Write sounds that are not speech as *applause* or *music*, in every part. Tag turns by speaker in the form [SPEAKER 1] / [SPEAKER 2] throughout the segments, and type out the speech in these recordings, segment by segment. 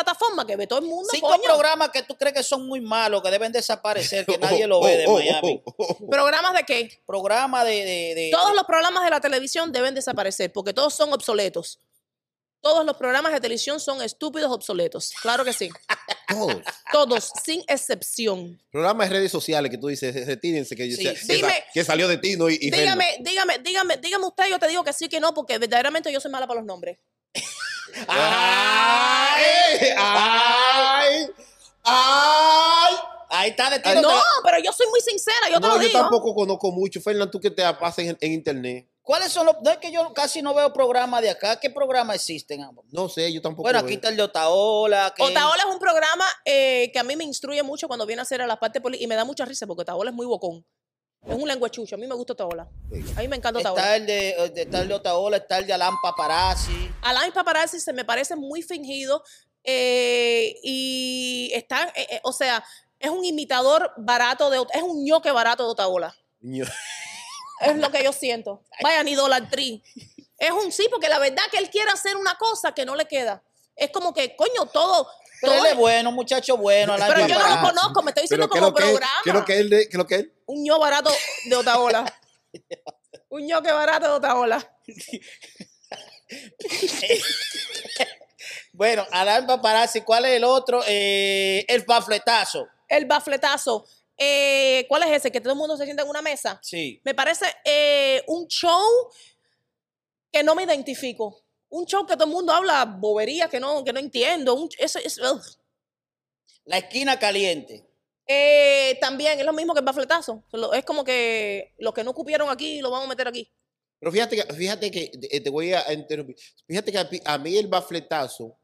[SPEAKER 1] plataforma que ve todo el mundo.
[SPEAKER 2] Cinco
[SPEAKER 1] coño.
[SPEAKER 2] programas que tú crees que son muy malos, que deben desaparecer,
[SPEAKER 3] *laughs* Oh,
[SPEAKER 2] que nadie lo ve de Miami.
[SPEAKER 1] ¿Programas de qué?
[SPEAKER 2] Programa de. de- de-
[SPEAKER 1] Todos los programas de la televisión deben desaparecer porque todos son obsoletos. Todos los programas de televisión son estúpidos obsoletos. Claro que sí.
[SPEAKER 3] Todos.
[SPEAKER 1] Todos, sin excepción.
[SPEAKER 3] Programas de redes sociales que tú dices, retírense, que,
[SPEAKER 2] Sí.
[SPEAKER 3] que sa-
[SPEAKER 1] Dime.
[SPEAKER 3] que salió de Tino y, y Fernan.
[SPEAKER 1] Dígame, dígame, dígame, dígame usted, yo te digo que sí, que no, porque verdaderamente yo soy mala para los nombres.
[SPEAKER 2] Ah, eh.
[SPEAKER 3] ¡Ay! ¡Ay! ¡Ay!
[SPEAKER 2] Ahí está de ti.
[SPEAKER 1] No, pero yo soy muy sincera, yo te
[SPEAKER 3] Ah, no,
[SPEAKER 1] lo
[SPEAKER 3] yo
[SPEAKER 1] digo.
[SPEAKER 3] tampoco conozco mucho. Fernán, tú que te la pasas en, en internet.
[SPEAKER 2] ¿Cuáles son los.? No es que yo casi no veo programas de acá. ¿Qué programas existen, amor?
[SPEAKER 3] No sé, yo tampoco.
[SPEAKER 2] Bueno,
[SPEAKER 3] veo.
[SPEAKER 2] aquí está el de Otaola. que-
[SPEAKER 1] Otaola es un programa eh, que a mí me instruye mucho cuando viene a hacer a la parte política y me da mucha risa porque Otaola es muy bocón. Es un lenguachucho, a mí me gusta Otaola. A mí me encanta Otaola.
[SPEAKER 2] Está el de, el de- está el de Otaola, está el de Alan Paparazzi.
[SPEAKER 1] Alain Paparazzi se me parece muy fingido eh, y está, eh, eh, o sea, es un imitador barato de, Ot- es un ñoque barato de Otaola.
[SPEAKER 2] *laughs*
[SPEAKER 3] Ño-
[SPEAKER 1] Es lo que yo siento. Vaya, ni Dollar Tree. Es un sí, porque la verdad que él quiere hacer una cosa que no le queda. Es como que, coño, todo.
[SPEAKER 2] Pero
[SPEAKER 1] todo
[SPEAKER 2] él es bueno, muchacho bueno. Alan
[SPEAKER 1] pero yo no lo
[SPEAKER 2] Paparazzi.
[SPEAKER 1] conozco, me estoy diciendo
[SPEAKER 3] Pero
[SPEAKER 1] como
[SPEAKER 3] que,
[SPEAKER 1] programa.
[SPEAKER 3] creo que él, de- creo que él.
[SPEAKER 1] Un ño barato de Otaola. un ñoque barato de Otaola.
[SPEAKER 2] Bueno, Alan Paparazzi, ¿cuál es el otro? Eh, el panfletazo.
[SPEAKER 1] El bafletazo. Eh, ¿Cuál es ese? Que todo el mundo se sienta en una mesa.
[SPEAKER 2] Sí.
[SPEAKER 1] Me parece eh, un show que no me identifico. Un show que todo el mundo habla boberías que no, que no entiendo. Un- eso es. ugh.
[SPEAKER 2] La esquina caliente.
[SPEAKER 1] Eh, también es lo mismo que el bafletazo. Lo- Es como que los que no cupieron aquí lo vamos a meter aquí.
[SPEAKER 3] Pero fíjate que, fíjate que eh, te voy a interrumpir. Fíjate que a, pi- a mí el bafletazo,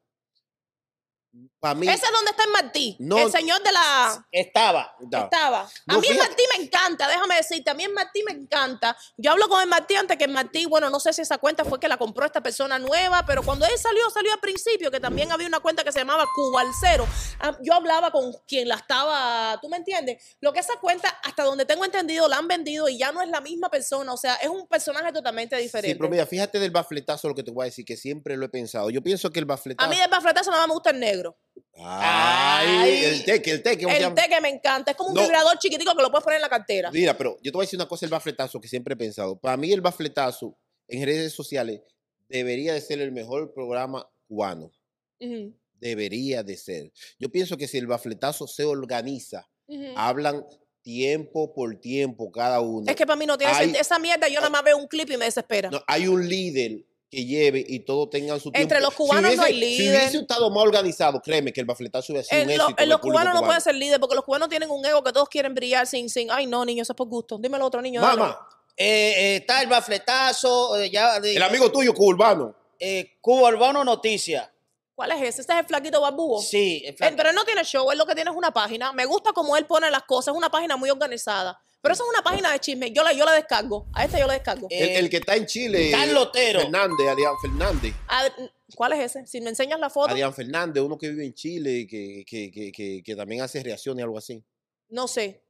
[SPEAKER 3] para mí,
[SPEAKER 1] Ese es donde está el Martí.
[SPEAKER 3] No.
[SPEAKER 1] el señor de la.
[SPEAKER 2] Estaba.
[SPEAKER 3] Da.
[SPEAKER 1] Estaba. A
[SPEAKER 3] No,
[SPEAKER 1] mí el
[SPEAKER 3] fíjate.
[SPEAKER 1] Martí me encanta, déjame decirte. A mí el Martí me encanta. Yo hablo con el Martí antes que el Martí, bueno, no sé si esa cuenta fue que la compró esta persona nueva, pero cuando él salió, salió al principio, que también había una cuenta que se llamaba Cuba al Cero. Ah, Yo hablaba con quien la estaba, ¿tú me entiendes? Lo que esa cuenta, hasta donde tengo entendido, la han vendido y ya no es la misma persona. O sea, es un personaje totalmente
[SPEAKER 3] sí,
[SPEAKER 1] diferente.
[SPEAKER 3] pero mira, fíjate del bafletazo lo que te voy a decir, que siempre lo he pensado. Yo pienso que el bafletazo.
[SPEAKER 1] A mí del bafletazo nada más me gusta el negro.
[SPEAKER 3] Ay,
[SPEAKER 2] Ay.
[SPEAKER 3] el teque, el teque. ¿cómo se
[SPEAKER 1] El
[SPEAKER 3] llama?
[SPEAKER 1] té que me encanta. Es como un
[SPEAKER 3] No.
[SPEAKER 1] vibrador chiquitico que lo puedes poner en la cartera.
[SPEAKER 3] Mira, pero yo te voy a decir una cosa, el bafletazo que siempre he pensado. Para mí el bafletazo en redes sociales debería de ser el mejor programa cubano.
[SPEAKER 1] Ujú,
[SPEAKER 3] Debería de ser. Yo pienso que si el bafletazo se organiza,
[SPEAKER 1] ujú.
[SPEAKER 3] hablan tiempo por tiempo cada uno.
[SPEAKER 1] Mm. Es que para mí no tiene
[SPEAKER 3] Ay.
[SPEAKER 1] sentido. Esa mierda yo nada más veo un clip y me desespera.
[SPEAKER 3] No, hay un líder que lleve y todos tengan su tiempo.
[SPEAKER 1] Entre los cubanos no hay
[SPEAKER 3] Si
[SPEAKER 1] líder.
[SPEAKER 3] hubiese estado más organizado, créeme que el bafletazo hubiera sido
[SPEAKER 1] En
[SPEAKER 3] un
[SPEAKER 1] Eh, lo-
[SPEAKER 3] éxito.
[SPEAKER 1] en
[SPEAKER 3] del
[SPEAKER 1] los
[SPEAKER 3] público
[SPEAKER 1] cubanos no
[SPEAKER 3] cubano.
[SPEAKER 1] pueden ser líder porque los cubanos tienen un ego que todos quieren brillar sin, sin. Ay, no, niño, eso es por gusto. Dímelo otro niño. dale.
[SPEAKER 3] Mamá,
[SPEAKER 2] Eh, eh, está el bafletazo. eh, ya, de-
[SPEAKER 3] el amigo tuyo, cubano.
[SPEAKER 2] eh, Cuba Urbano Noticias.
[SPEAKER 1] ¿Cuál es ese? Ese es el flaquito
[SPEAKER 3] Oh.
[SPEAKER 1] barbudo.
[SPEAKER 2] Sí. el
[SPEAKER 1] Él- pero él no tiene show, él lo que tiene es una página. Me gusta cómo él pone las cosas, es una página muy organizada. Pero eso es
[SPEAKER 3] Mm.
[SPEAKER 1] una página de chisme. Yo la, yo la descargo. A esta yo la descargo.
[SPEAKER 2] Eh,
[SPEAKER 3] El, el que está en Chile.
[SPEAKER 2] Carlos Otero.
[SPEAKER 3] Fernández, Adrián Fernández.
[SPEAKER 1] A- ¿Cuál es ese? Si me enseñas la foto,
[SPEAKER 3] Adrián Fernández, uno que vive en Chile, que, que, que, que, que también hace reacciones, algo así.
[SPEAKER 1] no sé.